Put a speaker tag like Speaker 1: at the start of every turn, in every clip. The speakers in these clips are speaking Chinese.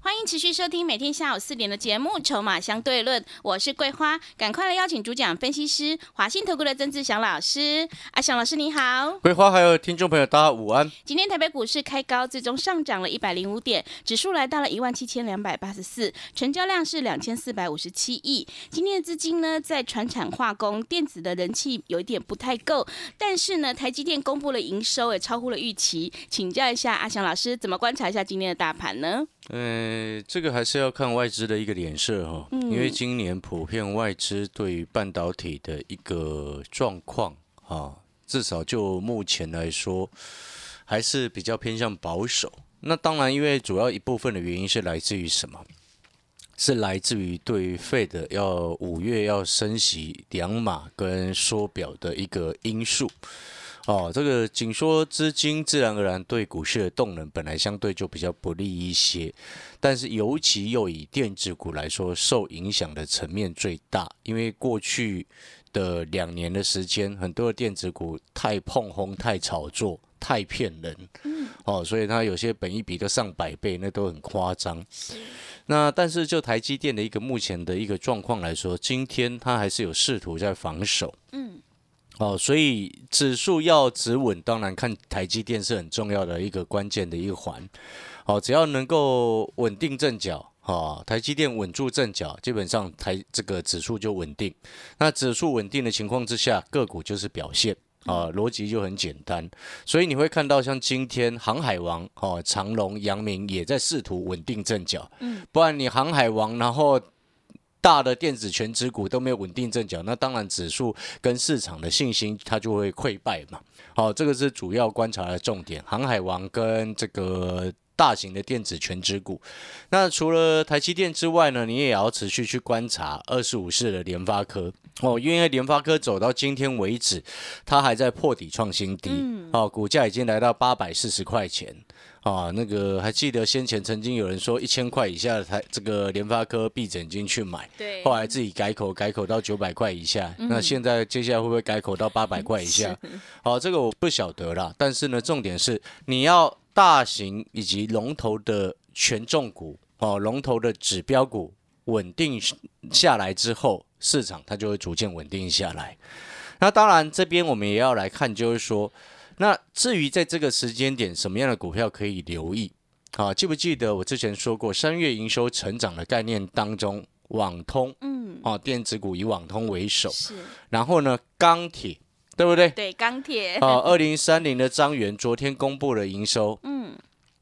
Speaker 1: 欢迎持续收听每天下午四点的节目《筹码相对论》，我是桂花，赶快来邀请主讲分析师华信投顾的曾志祥老师。阿祥老师你好，
Speaker 2: 桂花还有听众朋友，大家午安。
Speaker 1: 今天台北股市开高，最终上涨了一百零五点，指数来到了一万七千两百八十四，成交量是两千四百五十七亿。今天的资金呢，在船产化工、电子的人气有一点不太够，但是呢，台积电公布了营收也超乎了预期。请教一下阿祥老师，怎么观察一下今天的大盘呢？
Speaker 2: 呃，这个还是要看外资的一个脸色哈、哦，因为今年普遍外资对于半导体的一个状况啊，至少就目前来说，还是比较偏向保守。那当然，因为主要一部分的原因是来自于什么？是来自于对于 Fed 要五月要升息两码跟缩表的一个因素。哦，这个紧缩资金自然而然对股市的动能本来相对就比较不利一些，但是尤其又以电子股来说，受影响的层面最大，因为过去的两年的时间，很多的电子股太碰红、太炒作、太骗人，哦，所以它有些本一比都上百倍，那都很夸张。那但是就台积电的一个目前的一个状况来说，今天它还是有试图在防守。
Speaker 1: 嗯，
Speaker 2: 哦，所以指数要止稳，当然看台积电是很重要的一个关键的一环。哦，只要能够稳定阵脚，哦，台积电稳住阵脚，基本上台这个指数就稳定。那指数稳定的情况之下，个股就是表现。啊，逻辑就很简单，所以你会看到像今天航海王、哦长隆、阳明也在试图稳定阵脚，嗯，不然你航海王，然后大的电子全指股都没有稳定阵脚，那当然指数跟市场的信心它就会溃败嘛。好、这个是主要观察的重点，航海王跟这个大型的电子全指股。那除了台积电之外呢，你也要持续去观察二十五市的联发科哦，因为联发科走到今天为止，它还在破底创新低，哦，股价已经来到八百四十块钱。啊，那个还记得先前曾经有人说一千块以下的台这个联发科闭着眼睛去买，
Speaker 1: 对
Speaker 2: 后来自己改口改口到九百块以下，那现在接下来会不会改口到八百块以下？好，这个我不晓得啦。但是呢，重点是你要大型以及龙头的权重股哦，龙头的指标股稳定下来之后，市场它就会逐渐稳定下来。那当然，这边我们也要来看，就是说，那至于在这个时间点，什么样的股票可以留意？啊，记不记得我之前说过，三月营收成长的概念当中，网通
Speaker 1: 嗯，
Speaker 2: 啊，电子股以网通为首，
Speaker 1: 是
Speaker 2: 然后呢，钢铁，对不对？
Speaker 1: 对钢 铁，
Speaker 2: 啊，二零三零的张元昨天公布了营收，
Speaker 1: 嗯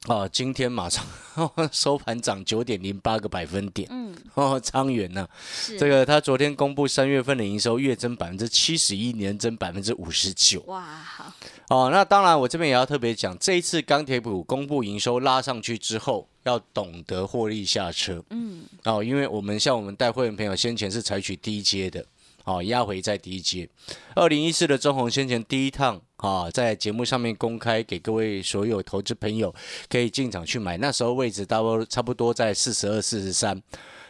Speaker 2: 啊，今天马上 收盘涨九点零八个百分点。
Speaker 1: 嗯，
Speaker 2: 哦，张元呐、
Speaker 1: 是
Speaker 2: 这个他昨天公布三月份的营收月增百分之七十一，年增百分之五十九。
Speaker 1: 哇，好，
Speaker 2: 哦，那当然，我这边也要特别讲，这一次钢铁股公布营收拉上去之后，要懂得获利下车。
Speaker 1: 嗯，
Speaker 2: 哦，因为我们像我们带会员朋友先前是采取低阶的，哦，压回再低阶。二零一四的中红先前第一趟啊、在节目上面公开给各位所有投资朋友可以进场去买，那时候位置大概差不多在四十二、四十三。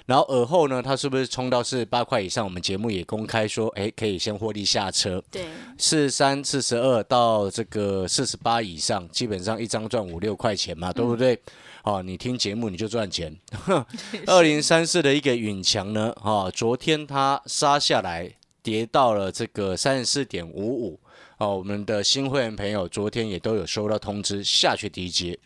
Speaker 2: 然后尔后呢，它是不是冲到四十八块以上？我们节目也公开说，哎，可以先获利下车。
Speaker 1: 对，
Speaker 2: 四十三、四十二到这个四十八以上，基本上一张赚五六块钱嘛，对不对？哦，你听节目你就赚钱。二零三四的一个允强呢，哈、哦，昨天它杀下来，跌到了这个三十四点五五。哦，我们的新会员朋友昨天也都有收到通知，下去低接。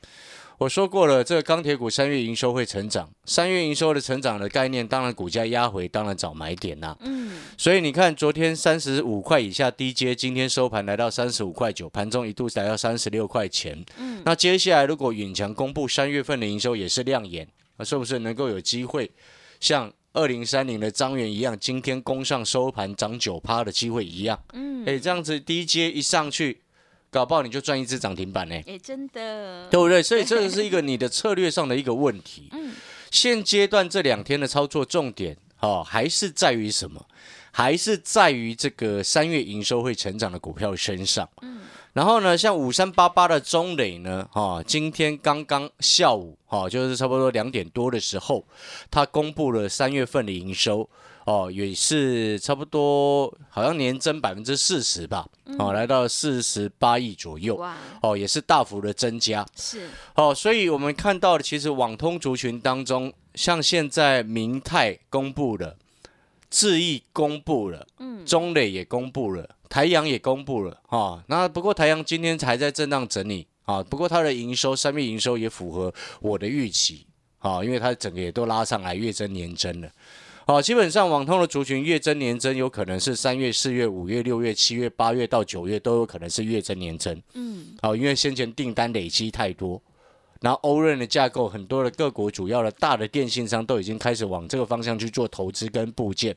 Speaker 2: 我说过了，这个钢铁股三月营收会成长，三月营收的成长的概念，当然股价压回，当然找买点啦、
Speaker 1: 嗯，
Speaker 2: 所以你看，昨天三十五块以下低阶，今天收盘来到三十五块九，盘中一度来到三十六块钱。嗯，那接下来如果永强公布三月份的营收也是亮眼，啊，是不是能够有机会像二零三零的张元一样，今天攻上收盘涨九趴的机会一样？嗯，哎，这样子低阶一上去，搞不好你就赚一只涨停板呢、
Speaker 1: 哎，真的，
Speaker 2: 对不嗯对？所嗯以这个是一个你的策略上的一个问题。现阶段这两天的操作重点哦，还是在于什么？还是在于这个三月营收会成长的股票身上。嗯，然后呢，像五三八八的中磊呢，哦，今天刚刚下午，哦，就是差不多两点多的时候，它公布了三月份的营收，哦，也是差不多好像年增百分之四十吧，哦，来到四十八亿左右，
Speaker 1: 哇，
Speaker 2: 哦，也是大幅的增加。
Speaker 1: 是
Speaker 2: 哦，所以我们看到的，其实网通族群当中，像现在明泰公布了，智易公布了，嗯，中磊也公布了，台阳也公布了，哈、那不过台阳今天还在震荡整理啊、不过它的营收三月营收也符合我的预期啊、因为它整个也都拉上来，月增年增了。哦，基本上网通的族群月增年增，有可能是三月、四月、五月、六月、七月、八月到九月都有可能是月增年增。
Speaker 1: 嗯，
Speaker 2: 哦，因为先前订单累积太多，然后欧润的架构，很多的各国主要的大的电信商都已经开始往这个方向去做投资跟部件。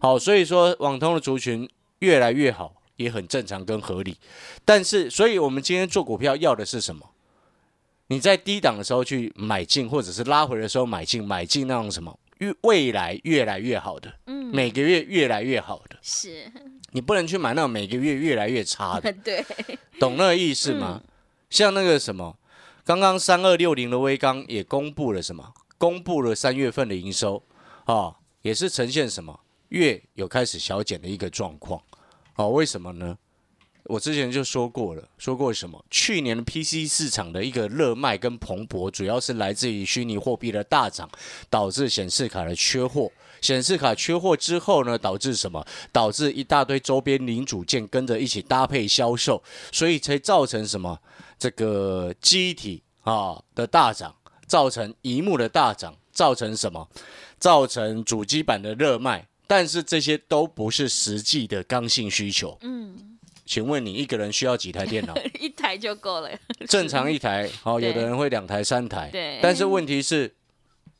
Speaker 2: 好，所以说网通的族群越来越好，也很正常跟合理。但是，所以我们今天做股票要的是什么？你在低档的时候去买进，或者是拉回的时候买进，买进那种什么越未来越来越好的，嗯，每个月越来越好的，
Speaker 1: 是，
Speaker 2: 你不能去买那种每个月越来越差的。
Speaker 1: 对，
Speaker 2: 懂那个意思吗？像那个什么，刚刚三二六零的微刚也公布了什么？公布了三月份的营收，哦，也是呈现什么月有开始小减的一个状况，哦，为什么呢？我之前就说过了，说过什么？去年的 PC 市场的一个热卖跟蓬勃，主要是来自于虚拟货币的大涨，导致显示卡的缺货。显示卡缺货之后呢，导致什么？导致一大堆周边零组件跟着一起搭配销售，所以才造成什么这个机体啊的大涨，造成荧幕的大涨，造成什么？造成主机板的热卖，但是这些都不是实际的刚性需求。嗯，请问你一个人需要几台电 脑？
Speaker 1: 一台就够了，
Speaker 2: 正常一台，哦，
Speaker 1: 对
Speaker 2: 有的人会两台、三台，
Speaker 1: 对
Speaker 2: 但是问题是，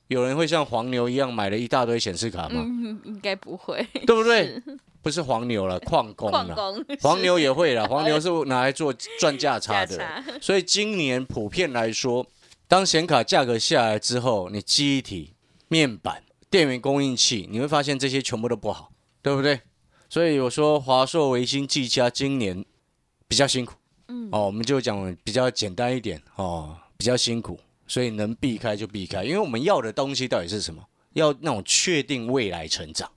Speaker 2: 有人会像黄牛一样买了一大堆显示卡吗？
Speaker 1: 嗯，应该不会
Speaker 2: 对不对？不是黄牛了，矿工
Speaker 1: 旷
Speaker 2: 了。
Speaker 1: 工，
Speaker 2: 黄牛也会啦，黄牛是拿来做赚价差
Speaker 1: 价
Speaker 2: 的。
Speaker 1: 差，？
Speaker 2: 所以今年普遍来说，当显卡价格下来之后，你记忆体、面板、电源供应器，你会发现这些全部都不好，对不对？所以我说华硕、维新、技嘉今年比较辛苦，嗯，哦，我们就讲比较简单一点哦，比较辛苦，所以能避开就避开，因为我们要的东西到底是什么？要那种确定未来成长，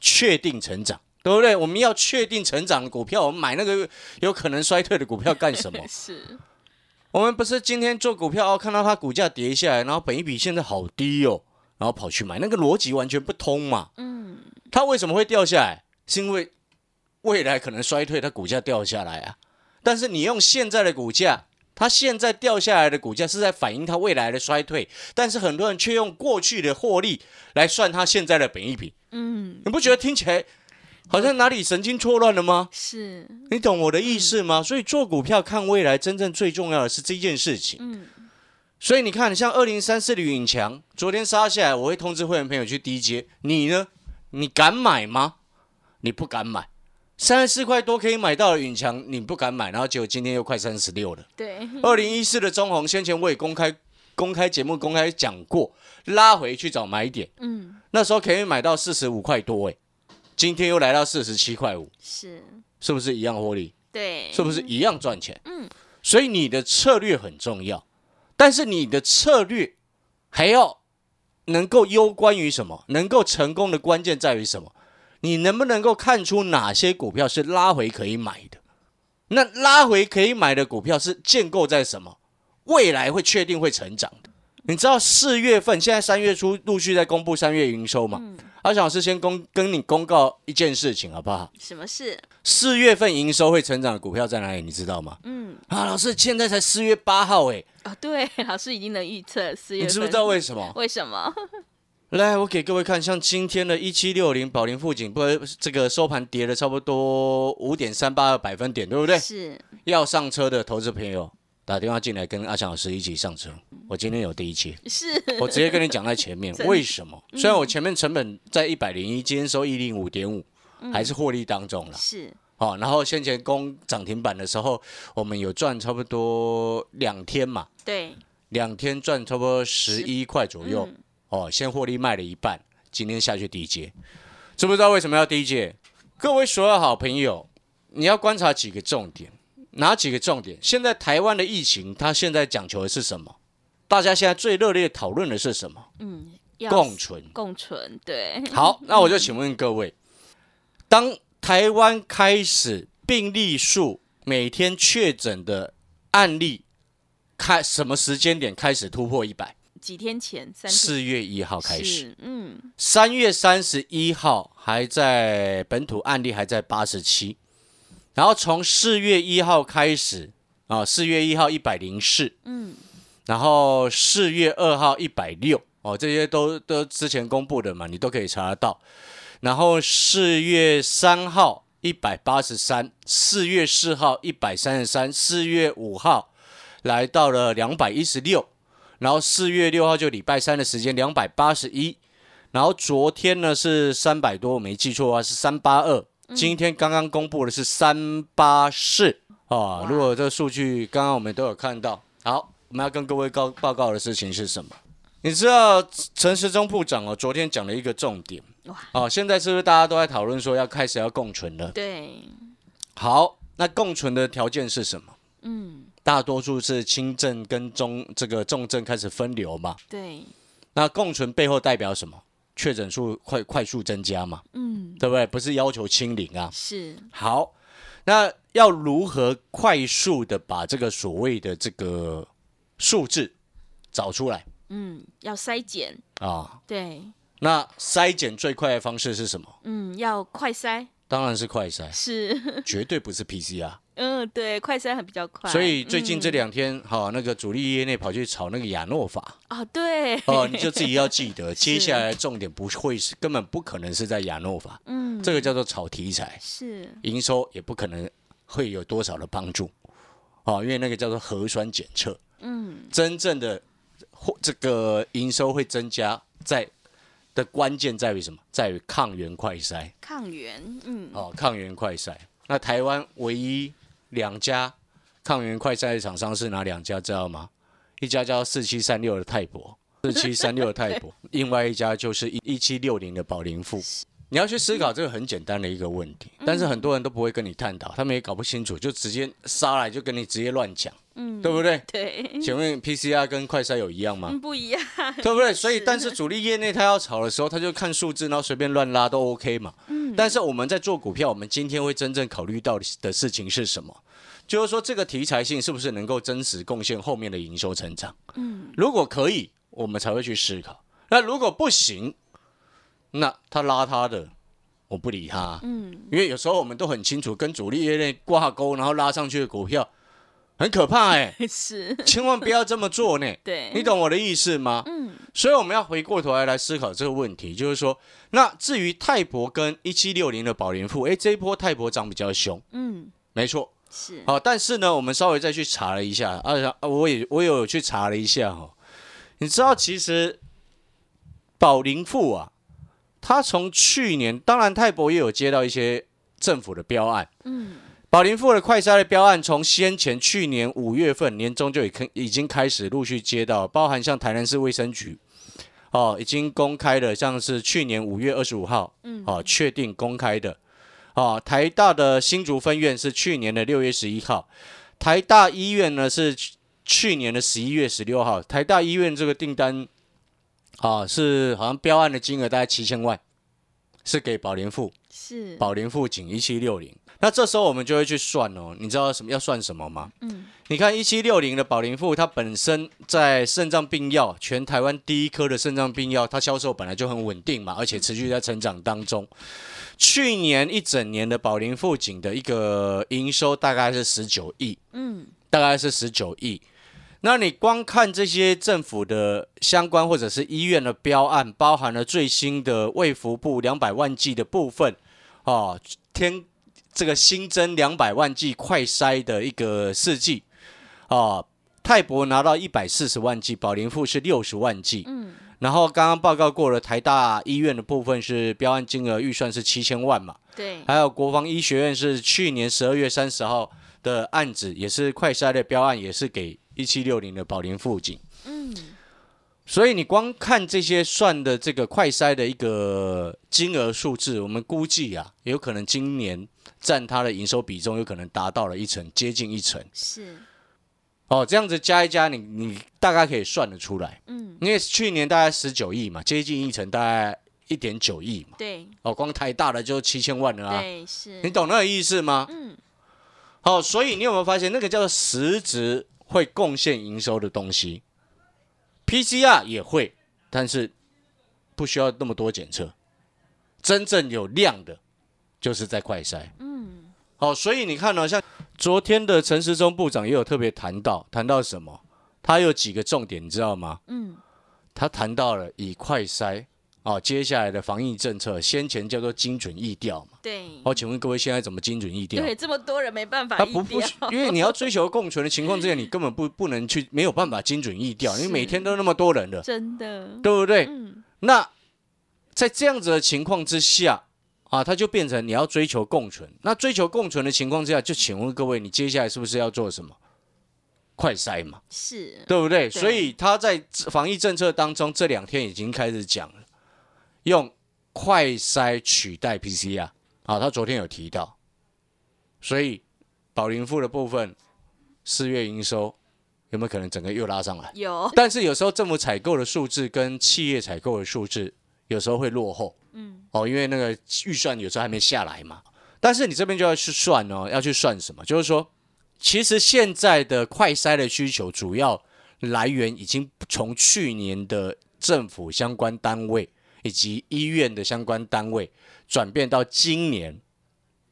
Speaker 2: 确定成长，对不对？我们要确定成长的股票，我们买那个有可能衰退的股票干什么
Speaker 1: 是
Speaker 2: 我们不是今天做股票，哦看到它股价跌下来，然后本一比现在好低哦，然后跑去买，那个逻辑完全不通嘛。嗯，它为什么会掉下来？是因为未来可能衰退，它股价掉下来啊。但是你用现在的股价，它现在掉下来的股价是在反映它未来的衰退，但是很多人却用过去的获利来算它现在的本一比。嗯，你不觉得听起来好像哪里神经错乱了吗？
Speaker 1: 是，
Speaker 2: 你懂我的意思吗？所以做股票看未来，真正最重要的是这件事情。
Speaker 1: 嗯
Speaker 2: 所以你看，像二零三四的永强，昨天杀下来，我会通知会员朋友去低接。你呢？你敢买吗？你不敢买。三十四块多可以买到的永强，你不敢买，然后结果今天又快三十六了。
Speaker 1: 对，
Speaker 2: 二零一四的中红，先前我也公开公开节目公开讲过，拉回去找买点，
Speaker 1: 嗯
Speaker 2: 那时候可以买到四十五块多，诶，今天又来到四十七块五，
Speaker 1: 是，
Speaker 2: 是不是一样获利？
Speaker 1: 对，
Speaker 2: 是不是一样赚钱？
Speaker 1: 嗯，
Speaker 2: 所以你的策略很重要，但是你的策略还要能够攸关于什么？能够成功的关键在于什么？你能不能够看出哪些股票是拉回可以买的？那拉回可以买的股票是建构在什么？未来会确定会成长的。你知道四月份现在三月初陆续在公布三月营收嘛？
Speaker 1: 嗯
Speaker 2: 阿翔老师先公跟你公告一件事情好不好？
Speaker 1: 什么事？
Speaker 2: 四月份营收会成长的股票在哪里？你知道吗？
Speaker 1: 嗯，
Speaker 2: 啊，老师，现在才四月八号哎，
Speaker 1: 哦，对，老师已经能预测四月
Speaker 2: 你
Speaker 1: 份，
Speaker 2: 知不知道为什么？
Speaker 1: 为什么？
Speaker 2: 来，我给各位看，像今天的一七六零宝林富锦，不，这个收盘跌了差不多五点三八个百分点，对不对？
Speaker 1: 是
Speaker 2: 要上车的投资朋友打电话进来，跟阿强老师一起上车。我今天有第一期，
Speaker 1: 是，嗯
Speaker 2: 我直接跟你讲在前 面
Speaker 1: 真，的
Speaker 2: 为什么？虽然我前面成本在一百零一，今天收一零五点五，
Speaker 1: 嗯
Speaker 2: 还是获利当中了。
Speaker 1: 是
Speaker 2: 哦，然后先前攻涨停板的时候，我们有赚差不多两天嘛，
Speaker 1: 对，
Speaker 2: 两天赚差不多十一块左右，哦，先获利卖了一半，今天下去低接，知不知道为什么要低接？各位所有好朋友，你要观察几个重点，哪几个重点？现在台湾的疫情，它现在讲求的是什么？大家现在最热烈讨论的是什么？
Speaker 1: 要
Speaker 2: 共存。
Speaker 1: 共存，对，
Speaker 2: 好，那我就请问各位，当台湾开始病例数每天确诊的案例开什么时间点开始突破一百？
Speaker 1: 几天前三天
Speaker 2: 四月一号开始，
Speaker 1: 是，嗯，
Speaker 2: 三月三十一号还在本土案例还在八十七，然后从四月一号开始啊，四月一号一百零四，嗯，然后四月二号一百六，哦，这些都都之前公布的嘛，你都可以查得到。然后四月三号一百八十三，四月四号一百三十三，四月五号来到了两百一十六，然后四月六号就礼拜三的时间两百八十一，然后昨天呢是三百多，我没记错的话是三八二，
Speaker 1: 嗯
Speaker 2: 今天刚刚公布的是三八四啊
Speaker 1: 哇。
Speaker 2: 如果这个数据刚刚我们都有看到，好，我们要跟各位告报告的事情是什么？你知道陈时中部长哦，昨天讲了一个重点
Speaker 1: 哇
Speaker 2: 哦，现在是不是大家都在讨论说要开始要共存了？
Speaker 1: 对，
Speaker 2: 好，那共存的条件是什么？嗯，大多数是轻症跟中这个重症开始分流嘛。
Speaker 1: 对，
Speaker 2: 那共存背后代表什么？确诊数快快速增加嘛，
Speaker 1: 嗯，
Speaker 2: 对不对？不是要求清零啊。
Speaker 1: 是，
Speaker 2: 好，那要如何快速的把这个所谓的这个数字找出来
Speaker 1: 嗯，要筛检，
Speaker 2: 啊？
Speaker 1: 对，
Speaker 2: 那筛检最快的方式是什么？
Speaker 1: 嗯，要快筛，
Speaker 2: 当然是 快筛，
Speaker 1: 是，
Speaker 2: 绝对不是 PCR。
Speaker 1: 嗯，对，快筛还比较快，嗯
Speaker 2: 所以最近这
Speaker 1: 里
Speaker 2: 两天，哈、那个主力业内跑去炒那个亚诺法，
Speaker 1: 啊，对，
Speaker 2: 哦，你就自己要记 得，接下来重点不会是，根本不可能是在亚诺法，
Speaker 1: 嗯，
Speaker 2: 这个叫做炒题材，
Speaker 1: 是，
Speaker 2: 营收也不可能会有多少的帮助，哦，因为那个叫做核酸检测，
Speaker 1: 嗯，
Speaker 2: 真正的或这个营收会增加在的关键在于什么？在于抗原快筛，
Speaker 1: 抗原，嗯，
Speaker 2: 哦，抗原快筛。那台湾唯一两家抗原快筛的厂商是哪两家？知道吗？一家叫四七三六的泰博，四七三六的泰 博，另外一家就是一一七六零的宝林富。你要去思考这个很简单的一个问题，但是很多人都不会跟你探讨，他们也搞不清楚，就直接杀来就跟你直接乱讲，嗯，对不对？
Speaker 1: 对，
Speaker 2: 请问 PCR 跟快筛有一样吗？
Speaker 1: 嗯，不一样，
Speaker 2: 对不对？所以，但是主力业内他要炒的时候，他就看数字，然后随便乱拉都 OK 嘛。但是我们在做股票，我们今天会真正考虑到的事情是什么？就是说，这个题材性是不是能够真实贡献后面的营收成长？嗯，如果可以，我们才会去思考。那如果不行，那他拉他的，我不理他。嗯，因为有时候我们都很清楚，跟主力业内挂钩，然后拉上去的股票很可怕 哎、
Speaker 1: 是，
Speaker 2: 千万不要这么做呢。
Speaker 1: 对，
Speaker 2: 你懂我的意思吗？嗯，所以我们要回过头来来思考这个问题，就是说，那至于泰博跟一七六零的宝莲富，诶，这一波泰博涨比较凶，
Speaker 1: 嗯，
Speaker 2: 没错。
Speaker 1: 是，
Speaker 2: 好、但是呢，我们稍微再去查了一下，啊，然啊我也我有去查了一下哈、哦，你知道其实宝林富啊，他从去年，当然泰博也有接到一些政府的标案，
Speaker 1: 嗯，
Speaker 2: 宝林富的快筛的标案，从先前去年五月份年中就已经已经开始陆续接到，包含像台南市卫生局，哦，已经公开的，像是去年五月二十五号，嗯，哦，确定公开的，哦，台大的新竹分院是去年的六月十一号，台大医院呢是去去年的十一月十六号，台大医院这个订单，啊、是好像标案的金额大概七千万，是给宝林富，
Speaker 1: 是，
Speaker 2: 宝林富锦一七六零。那这时候我们就会去算哦，你知道什么要算什么吗？
Speaker 1: 嗯，
Speaker 2: 你看一七六零的宝林富，它本身在肾脏病药全台湾第一颗的肾脏病药，它销售本来就很稳定嘛，而且持续在成长当中。去年一整年的宝林富锦的一个营收大概是十九亿，
Speaker 1: 嗯，
Speaker 2: 大概是十九亿。那你光看这些政府的相关或者是医院的标案，包含了最新的卫福部两百万剂的部分，哦，天这个新增两百万剂快筛的一个试剂，哦，泰博拿到一百四十万剂，宝林富是六十万剂，
Speaker 1: 嗯，
Speaker 2: 然后刚刚报告过了，台大医院的部分是标案金额预算是七千万嘛，
Speaker 1: 对，
Speaker 2: 还有国防医学院是去年十二月三十号的案子，也是快筛的标案，也是给一七六零的宝林附近。
Speaker 1: 嗯，
Speaker 2: 所以你光看这些算的这个快筛的一个金额数字，我们估计啊，有可能今年占它的营收比重有可能达到了一成，接近一成。
Speaker 1: 是，
Speaker 2: 哦，这样子加一加，你你大概可以算得出来。
Speaker 1: 嗯，
Speaker 2: 因为去年大概十九亿嘛，接近一成，大概一点九亿嘛。
Speaker 1: 对，
Speaker 2: 哦，光台大的就七千万了啊，
Speaker 1: 对，是，
Speaker 2: 你懂那个意思吗？
Speaker 1: 嗯，
Speaker 2: 好、所以你有没有发现那个叫做实质会贡献营收的东西，PCR 也会，但是不需要那么多检测，真正有量的就是在快筛。嗯，好、所以你看呢、像昨天的陈时中部长也有特别谈到，谈到什么？他有几个重点，你知道吗？
Speaker 1: 嗯，
Speaker 2: 他谈到了以快筛啊、哦，接下来的防疫政策，先前叫做精准疫调嘛。
Speaker 1: 对，
Speaker 2: 好、请问各位现在怎么精准疫调？
Speaker 1: 对，这么多人没办法
Speaker 2: 他
Speaker 1: 一
Speaker 2: 不不
Speaker 1: 掉，
Speaker 2: 是，因为你要追求共存的情况之下，你根本不不能去，没有办法精准疫调，因为每天都那么多人 了，
Speaker 1: 真的，
Speaker 2: 对不对？
Speaker 1: 嗯，
Speaker 2: 那在这样子的情况之下啊，它就变成你要追求共存。那追求共存的情况之下，就请问各位，你接下来是不是要做什么？快筛嘛，
Speaker 1: 是，
Speaker 2: 对不对？
Speaker 1: 对
Speaker 2: 所以他在防疫政策当中，这两天已经开始讲了，用快筛取代 PCR 啊，他昨天有提到，所以保林富的部分四月营收有没有可能整个又拉上来？
Speaker 1: 有，
Speaker 2: 但是有时候政府采购的数字跟企业采购的数字有时候会落后，嗯，哦，因为那个预算有时候还没下来嘛。但是你这边就要去算哦，要去算什么？就是说，其实现在的快筛的需求主要来源已经从去年的政府相关单位以及医院的相关单位转变到今年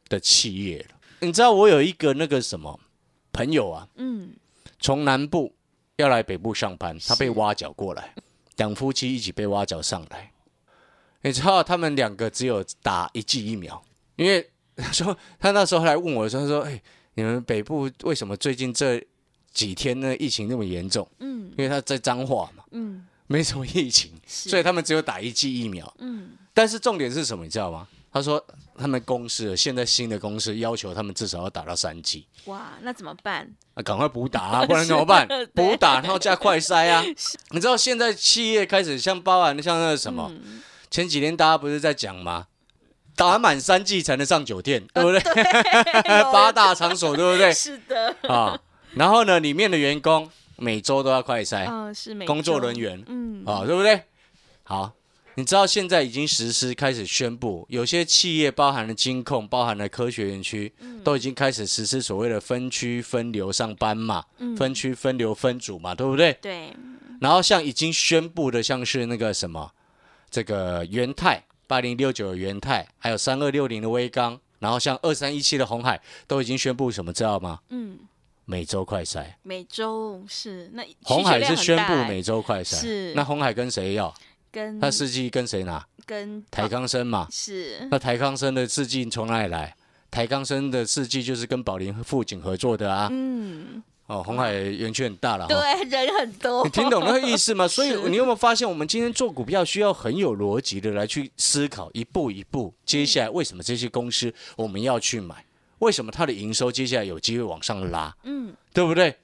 Speaker 2: 的企业了。你知道我有一个那个什么朋友啊，
Speaker 1: 嗯，
Speaker 2: 从南部要来北部上班，他被
Speaker 1: 是
Speaker 2: 挖角过来，两夫妻一起被挖角上来。你知道他们两个只有打一剂疫苗，因为他说他那时候来问我的时候，他说：“哎，你们北部为什么最近这几天呢疫情那么严重？”
Speaker 1: 嗯，
Speaker 2: 因为他在彰化嘛，
Speaker 1: 嗯，
Speaker 2: 没什么疫情，
Speaker 1: 是
Speaker 2: 所以他们只有打一剂疫苗。
Speaker 1: 嗯，
Speaker 2: 但是重点是什么，你知道吗？他说他们公司现在新的公司要求他们至少要打到三剂。
Speaker 1: 哇，那怎么办？
Speaker 2: 啊，赶快补打 啊，不然怎么办
Speaker 1: 对？
Speaker 2: 补打，然后加快 筛啊。你知道现在企业开始像包含像那个什么，
Speaker 1: 嗯
Speaker 2: 前几天大家不是在讲吗？打满三剂才能上酒店，对不对？ 八大 场所，对不对？
Speaker 1: 啊哦是的，
Speaker 2: 啊，然后呢，里面的员工每周都要快筛
Speaker 1: 嗯，是没
Speaker 2: 哎工作
Speaker 1: 错
Speaker 2: 人，员
Speaker 1: 嗯，
Speaker 2: 啊，对不对？好，你知道现在已经实施开始宣布，有些企业包含了金控，包含了科学园区，
Speaker 1: 嗯
Speaker 2: 都已经开始实施所谓的分区分流上班嘛，
Speaker 1: 嗯
Speaker 2: 分区分流分组嘛，对不对？
Speaker 1: 对，
Speaker 2: 然后像已经宣布的，像是那个什么，这个元泰八零六九的元泰，还有三二六零的威刚，然后像二三一七的红海，都已经宣布什么，知道吗？
Speaker 1: 嗯，
Speaker 2: 每周快筛，
Speaker 1: 每周是那
Speaker 2: 红海是宣布每
Speaker 1: 每
Speaker 2: 周快筛，
Speaker 1: 哎是嗯
Speaker 2: 那红海跟谁要？
Speaker 1: 跟
Speaker 2: 他试剂跟谁拿？
Speaker 1: 跟
Speaker 2: 台康生
Speaker 1: 啊
Speaker 2: 嘛，
Speaker 1: 是
Speaker 2: 那台康生的制剂从哪里来？台康生的制剂就是跟宝林富锦合作的啊。
Speaker 1: 嗯，
Speaker 2: 哦，红海园区很大了、哦。
Speaker 1: 对，人很多，
Speaker 2: 你听懂那个意思吗？所以
Speaker 1: 是
Speaker 2: 你有没有发现，我们今天做股票需要很有逻辑的来去思考，一步一步，接下来为什么这些公司我们要去买？为什么它的营收接下来有机会往上拉？
Speaker 1: 嗯，
Speaker 2: 对不对？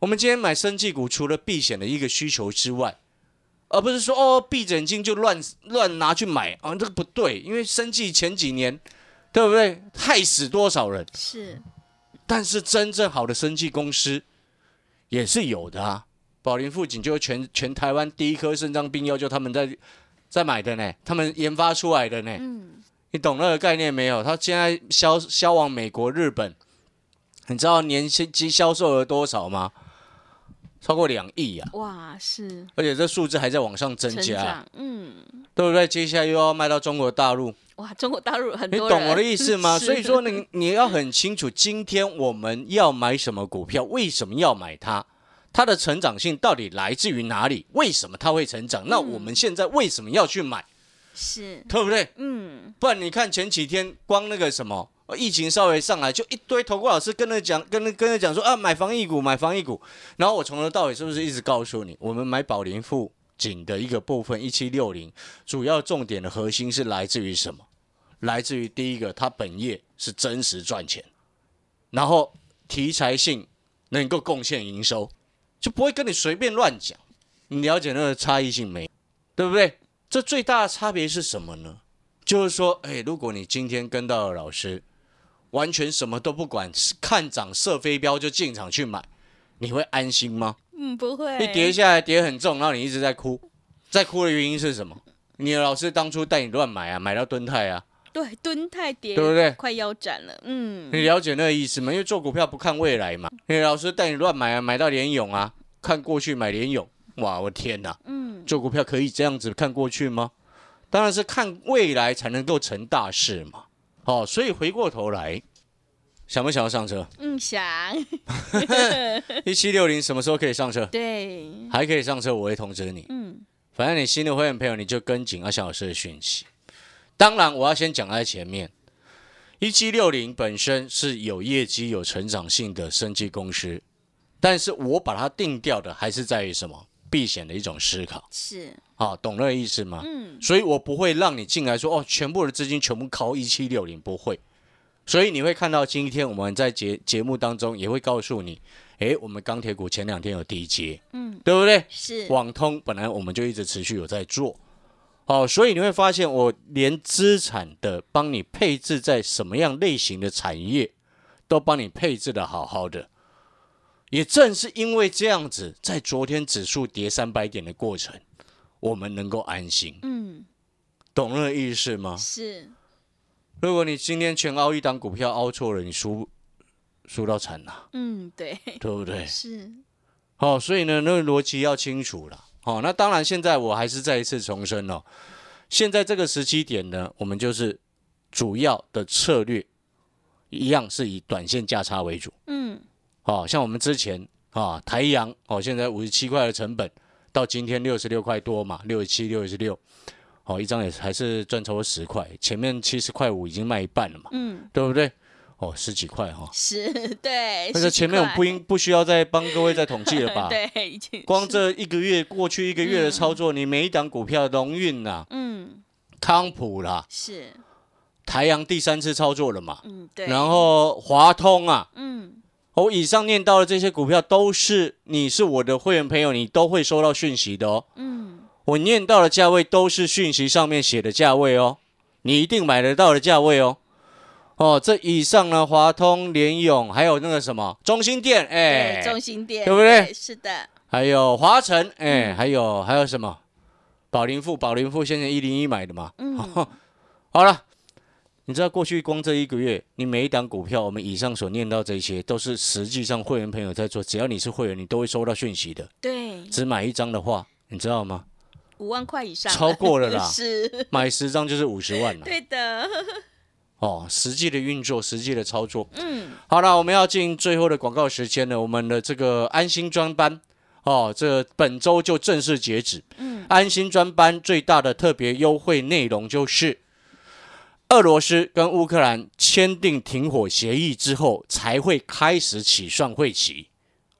Speaker 2: 我们今天买生技股，除了避险的一个需求之外，而不是说哦闭着眼睛就乱乱拿去买啊，这个不对，因为生技前几年，对不对，害死多少人？
Speaker 1: 是
Speaker 2: 但是真正好的生技公司也是有的啊。宝林富锦就是全全台湾第一颗肾脏病药，就他们在在买的呢，他们研发出来的呢。
Speaker 1: 嗯
Speaker 2: 你懂那个概念没有？它现在销销往美国、日本，你知道年薪期销售额多少吗？超过两亿啊！
Speaker 1: 哇是
Speaker 2: 而且这数字还在往上增
Speaker 1: 成
Speaker 2: 加啊，
Speaker 1: 长，嗯。
Speaker 2: 对不对？接下来又要卖到中国大陆，
Speaker 1: 哇，中国大陆很
Speaker 2: 你
Speaker 1: 多人，
Speaker 2: 懂我的意 思吗？
Speaker 1: 是
Speaker 2: 所 以说你你要很清楚，今天我们要买什么股票，为什么要买它，它的成长性到底来自于哪里？为什么它会成长？那我们现在为什么要去买？
Speaker 1: 是，
Speaker 2: 对不对？
Speaker 1: 嗯，
Speaker 2: 不然你看前几天光那个什么呃疫情稍微上来，就一堆投顾老师跟着讲，跟着跟着讲说啊，买防疫股，买防疫股。然后我从头到尾是不是一直告诉你，我们买宝林富锦的一个部分一七六零，主要重点的核心是来自于什么？来自于第一个，它本业是真实赚钱，然后题材性能够贡献营收，就不会跟你随便乱讲。你了解那个差异性没？对不对？这最大的差别是什么呢？就是说，哎，如果你今天跟到了老师，完全什么都不管，看涨射飞镖就进场去买，你会安心吗？
Speaker 3: 嗯，不会。
Speaker 2: 一跌下来跌很重，然后你一直在哭，在哭的原因是什么？你的老师当初带你乱买啊，买到蹲泰啊，
Speaker 3: 对，蹲太跌，
Speaker 2: 对不对
Speaker 3: 快腰斩了，嗯，
Speaker 2: 你了解那个意思吗？因为做股票不看未来嘛，你的老师带你乱买啊，买到联勇啊，看过去买联勇，哇，我天哪，嗯，做股票可以这样子看过去吗？当然是看未来才能够成大事嘛。哦，所以回过头来，想不想要上车？
Speaker 3: 嗯， 想，
Speaker 2: 一七六零什么时候可以上车？
Speaker 3: 对，
Speaker 2: 还可以上车，我会通知你。
Speaker 3: 嗯，
Speaker 2: 反正你新的会员朋友，你就跟紧阿翔老师的讯息。当然，我要先讲在前面，一七六零本身是有业绩、有成长性的生技公司，但是我把它定掉的还是在于什么避险的一种思考。
Speaker 3: 是，
Speaker 2: 啊，懂那个意思吗？
Speaker 3: 嗯，
Speaker 2: 所以我不会让你进来说哦，全部的资金全部靠一七六零，不会。所以你会看到今天我们在节节目当中也会告诉你，诶，我们钢铁股前两天有低接，嗯，对不对？
Speaker 3: 是，
Speaker 2: 网通本来我们就一直持续有在做，哦，所以你会发现我连资产的帮你配置在什么样类型的产业，都帮你配置的好好的。也正是因为这样子，在昨天指数跌三百点的过程，我们能够安心，
Speaker 3: 嗯，
Speaker 2: 懂那个意思吗？
Speaker 3: 是，
Speaker 2: 如果你今天全凹一档股票凹错了，你输输到惨了、
Speaker 3: 嗯，对，
Speaker 2: 对不对？
Speaker 3: 是，
Speaker 2: 好、哦所以呢，那个逻辑要清楚了。好、那当然，现在我还是再一次重申哦，现在这个时期点呢，我们就是主要的策略一样是以短线价差为主。
Speaker 3: 嗯，
Speaker 2: 哦，像我们之前啊、台阳哦，现在五十七块的成本，到今天六十六块多嘛，六十七、六十六，哦，一张也还是赚超过十块，前面七十块五已经卖一半了嘛，
Speaker 3: 嗯，
Speaker 2: 对不对？哦，十几块哈、
Speaker 3: 是，对，
Speaker 2: 那个前面我不
Speaker 3: 一
Speaker 2: 应不需要再帮各位再统计了 吧？
Speaker 3: 对，已经，
Speaker 2: 光这一个月过去一个月的操作，你每一档股票，龙运啦、
Speaker 3: 嗯，
Speaker 2: 康普啦、
Speaker 3: 是，
Speaker 2: 台阳第三次操作了嘛，
Speaker 3: 嗯，对，
Speaker 2: 然，后华通啊，
Speaker 3: 嗯，
Speaker 2: 我以上念到的这些股票都是你是我的会员朋友，你都会收到讯息的哦。
Speaker 3: 嗯，
Speaker 2: 我念到的价位都是讯息上面写的价位哦，你一定买得到的价位哦。哦，这以上呢，华通、联勇，还有那个什么中心店，
Speaker 3: 对，，
Speaker 2: 哎
Speaker 3: 中心店，
Speaker 2: 对不对
Speaker 3: 是的，
Speaker 2: 还有华晨，哎、还有还有什么？宝林富，宝林富先前一零一买的嘛。
Speaker 3: 嗯
Speaker 2: 好了，你知道过去光这一个月，你每一档股票，我们以上所念到这些，都是实际上会员朋友在做，只要你是会员，你都会收到讯息的。
Speaker 3: 对，
Speaker 2: 只买一张的话，你知道吗？
Speaker 3: 五万块以上了，
Speaker 2: 超过了 啦
Speaker 3: 是，
Speaker 2: 买十张就是五十万了。
Speaker 3: 对的，
Speaker 2: 哦，实际的运作，实际的操作。
Speaker 3: 嗯，
Speaker 2: 好了，我们要进最后的广告时间了。我们的这个安心专班哦，这本周就正式截止。嗯，安心专班最大的特别优惠内容就是，俄罗斯跟乌克兰签订停火协议之后，才会开始起算会期。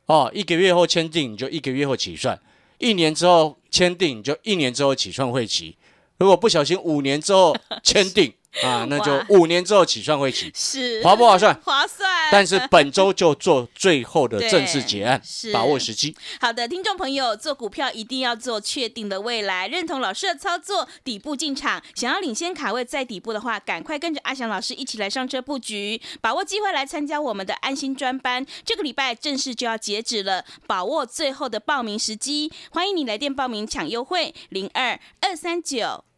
Speaker 2: 哦，一个月后签订，你就一个月后起算；一年之后签订，你就一年之后起算会期。如果不小心五年之后签订啊，那就
Speaker 3: 哇
Speaker 2: 五年之后起算会期。
Speaker 3: 是，
Speaker 2: 划不划算？
Speaker 3: 划算，
Speaker 2: 但是本周就做最 后的正式结案
Speaker 3: 对是，
Speaker 2: 把握时机。
Speaker 3: 好的，听众朋友，做股票一定要做确定的未来，认同老师的操作，底部进场。想要领先卡位在底部的话，赶快跟着阿翔老师一起来上车布局，把握机会来参加我们的安心专班。这个礼拜正式就要截止了，把握最后的报名时机，欢迎你来电报名抢优惠，零二二三九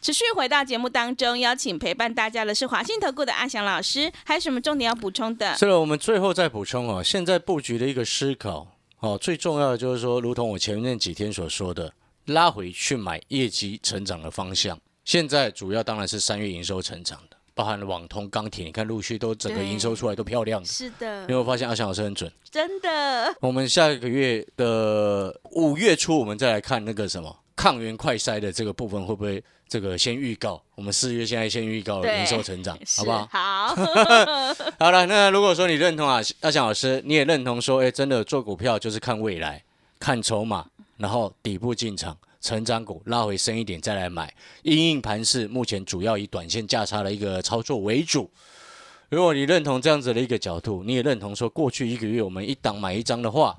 Speaker 3: 持续回到节目当中，邀请陪伴大家的是华信投顾的阿翔老师，还有什么重点要补充的？
Speaker 2: 是了，我们最后再补充哦，现在布局的一个思考哦，最重要的就是说，如同我前面几天所说的，拉回去买业绩成长的方向。现在主要当然是三月营收成长的，包含网通、钢铁，你看陆续都整个
Speaker 3: 对
Speaker 2: 营收出来都漂亮的。
Speaker 3: 是
Speaker 2: 你
Speaker 3: 的，
Speaker 2: 有没有发现阿翔老师很准？
Speaker 3: 真 的，
Speaker 2: 我们下个月的五月初，我们再来看那个什么抗原快筛的这个部分会不会这个先预告？我们四月现在先预告了
Speaker 3: 对
Speaker 2: 营收成长，好
Speaker 3: 是
Speaker 2: 不好？
Speaker 3: 好，
Speaker 2: 好了，那如果说你认同啊，阿翔老师，你也认同说，哎，真的做股票就是看未来，看筹码，然后底部进场，成长股拉回深一点再来买，因应盘势，目前主要以短线价差的一个操作为主。如果你认同这样子的一个角度，你也认同说，过去一个月我们一档买一张的话，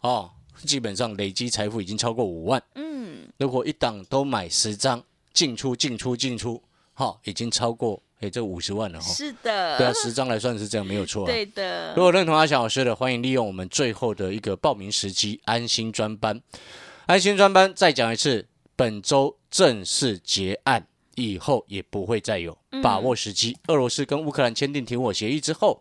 Speaker 2: 哦，基本上累积财富已经超过五万。
Speaker 3: 嗯，
Speaker 2: 如果一档都买十张，进出进出进出，哈、已经超过哎这五十万了哈、哦。
Speaker 3: 是的，
Speaker 2: 对啊，十张来算是这样，没有错、啊。
Speaker 3: 呃对的
Speaker 2: 如，果认同阿翔老师的，欢迎利用我们最后的一个报名时机，安心专班。安心专班再讲一次，本周正式结案，以后也不会再有。把握时机，俄罗斯跟乌克兰签订停火协议之后，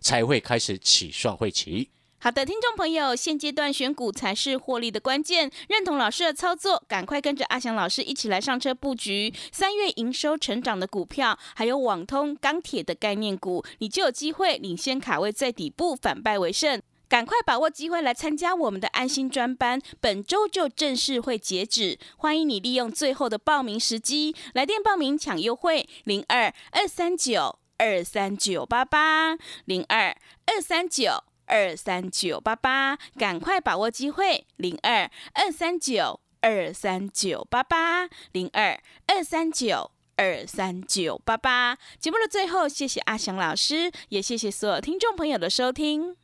Speaker 2: 才会开始起算会期。
Speaker 3: 好的，听众朋友，现阶段选股才是获利的关键，认同老师的操作，赶快跟着阿翔老师一起来上车布局三月营收成长的股票，还有网通、钢铁的概念股，你就有机会领先卡位在底部，反败为胜。赶快把握机会来参加我们的安心专班，本周就正式会截止，欢迎你利用最后的报名时机，来电报名抢优惠零二二三九二三九八八零二二三九二三九八八，赶快把握机会零二二三九二三九八八零二二三九。二三九八八节目的最后，谢谢阿翔老师，也谢谢所有听众朋友的收听。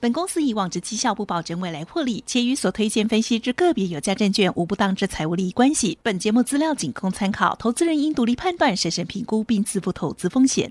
Speaker 4: 本公司以往之绩效不保证未来获利，且与所推荐分析之个别有价证券无不当之财务利益关系。本节目资料仅供参考，投资人应独立判断、审慎评估并自负投资风险。